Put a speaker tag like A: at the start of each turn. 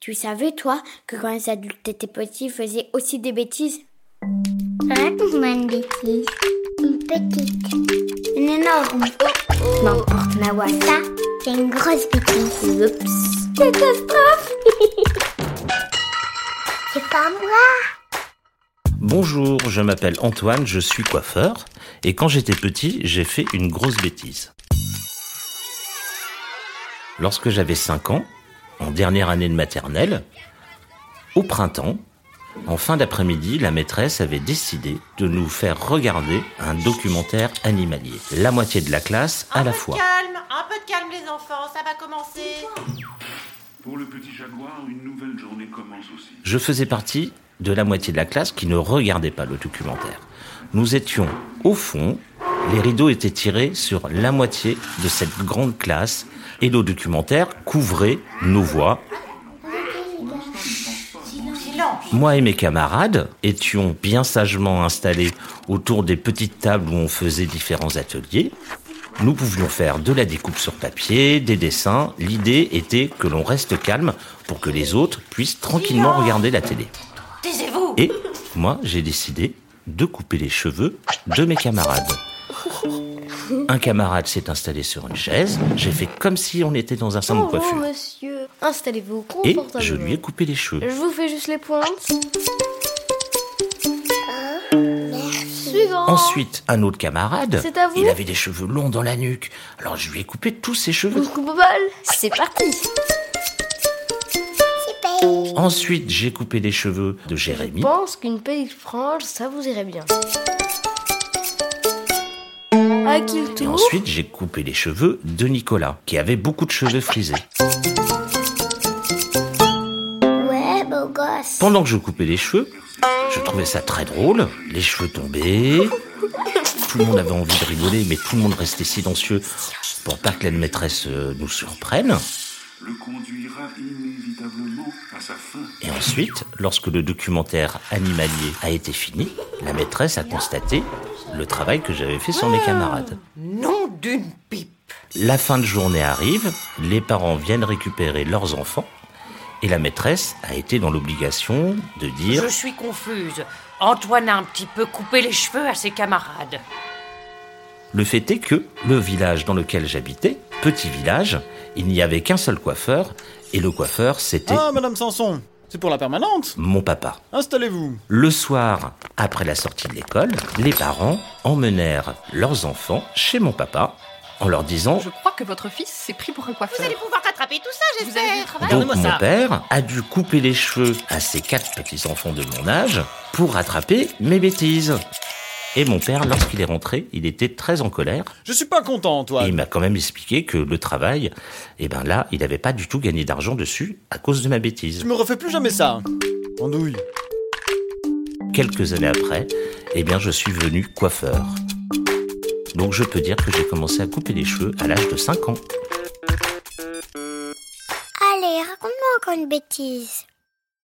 A: Tu savais, toi, que quand les adultes étaient petits, ils faisaient aussi des bêtises
B: Raconte-moi une bêtise.
A: Une petite.
B: Une énorme.
A: N'importe, ma voix.
B: Ça, c'est une grosse bêtise.
A: Oups.
B: Catastrophe C'est pas moi
C: Bonjour, je m'appelle Antoine, je suis coiffeur, et quand j'étais petit, j'ai fait une grosse bêtise. Lorsque j'avais 5 ans, en dernière année de maternelle, au printemps, en fin d'après-midi, la maîtresse avait décidé de nous faire regarder un documentaire animalier, la moitié de la classe à
D: Un
C: la
D: peu de
C: fois.
D: calme, un peu de calme les enfants, ça va commencer.
E: Pour le petit jaguar, une nouvelle journée commence aussi.
C: Je faisais partie de la moitié de la classe qui ne regardait pas le documentaire. Nous étions au fond, les rideaux étaient tirés sur la moitié de cette grande classe et le documentaire couvrait nos voix.
D: Silence.
C: Moi et mes camarades étions bien sagement installés autour des petites tables où on faisait différents ateliers. Nous pouvions faire de la découpe sur papier, des dessins. L'idée était que l'on reste calme pour que les autres puissent tranquillement regarder la télé.
D: Taisez-vous.
C: Et moi, j'ai décidé de couper les cheveux de mes camarades. Un camarade s'est installé sur une chaise, j'ai fait comme si on était dans un salon de
F: Bonjour
C: coiffure.
F: monsieur, installez-vous
C: Et
F: confortablement.
C: je lui ai coupé les cheveux.
F: Je vous fais juste les pointes. Suivant.
C: Ensuite, un autre camarade,
F: C'est à vous
C: il avait des cheveux longs dans la nuque. Alors je lui ai coupé tous ses
F: On
C: cheveux.
F: coupe au bol. C'est parti.
C: Ensuite, j'ai coupé les cheveux de Jérémy.
F: Je pense qu'une petite frange, ça vous irait bien. À qui le
C: Et
F: tour
C: ensuite, j'ai coupé les cheveux de Nicolas, qui avait beaucoup de cheveux frisés.
B: Ouais, beau gosse.
C: Pendant que je coupais les cheveux, je trouvais ça très drôle. Les cheveux tombaient. Tout le monde avait envie de rigoler, mais tout le monde restait silencieux pour pas que la maîtresse euh, nous surprenne.
E: Le conduira inévitablement à sa fin.
C: Et ensuite, lorsque le documentaire animalier a été fini, la maîtresse a constaté le travail que j'avais fait sur mes camarades.
D: Nom d'une pipe.
C: La fin de journée arrive, les parents viennent récupérer leurs enfants, et la maîtresse a été dans l'obligation de dire
D: Je suis confuse. Antoine a un petit peu coupé les cheveux à ses camarades.
C: Le fait est que le village dans lequel j'habitais, petit village, il n'y avait qu'un seul coiffeur, et le coiffeur, c'était
G: Ah, Madame Sanson, c'est pour la permanente.
C: mon papa.
G: Installez-vous.
C: Le soir, après la sortie de l'école, les parents emmenèrent leurs enfants chez mon papa en leur disant
H: Je crois que votre fils s'est pris pour un coiffeur.
D: pouvoir rattraper tout ça,
H: Vous avez du travail
C: Donc
G: Regardez-moi
C: mon
G: ça.
C: père a dû couper les cheveux à ses quatre petits-enfants de mon âge pour rattraper mes bêtises. Et mon père, lorsqu'il est rentré, il était très en colère
G: Je suis pas content,
C: Et il
G: Antoine.
C: m'a quand même expliqué que le travail, eh ben là, il n'avait pas du tout gagné d'argent dessus à cause de ma bêtise.
G: Tu me refais plus jamais ça. Andouille.
C: Quelques années après, eh bien, je suis venu coiffeur. Donc je peux dire que j'ai commencé à couper les cheveux à l'âge de 5 ans.
B: Allez, raconte-moi encore une bêtise.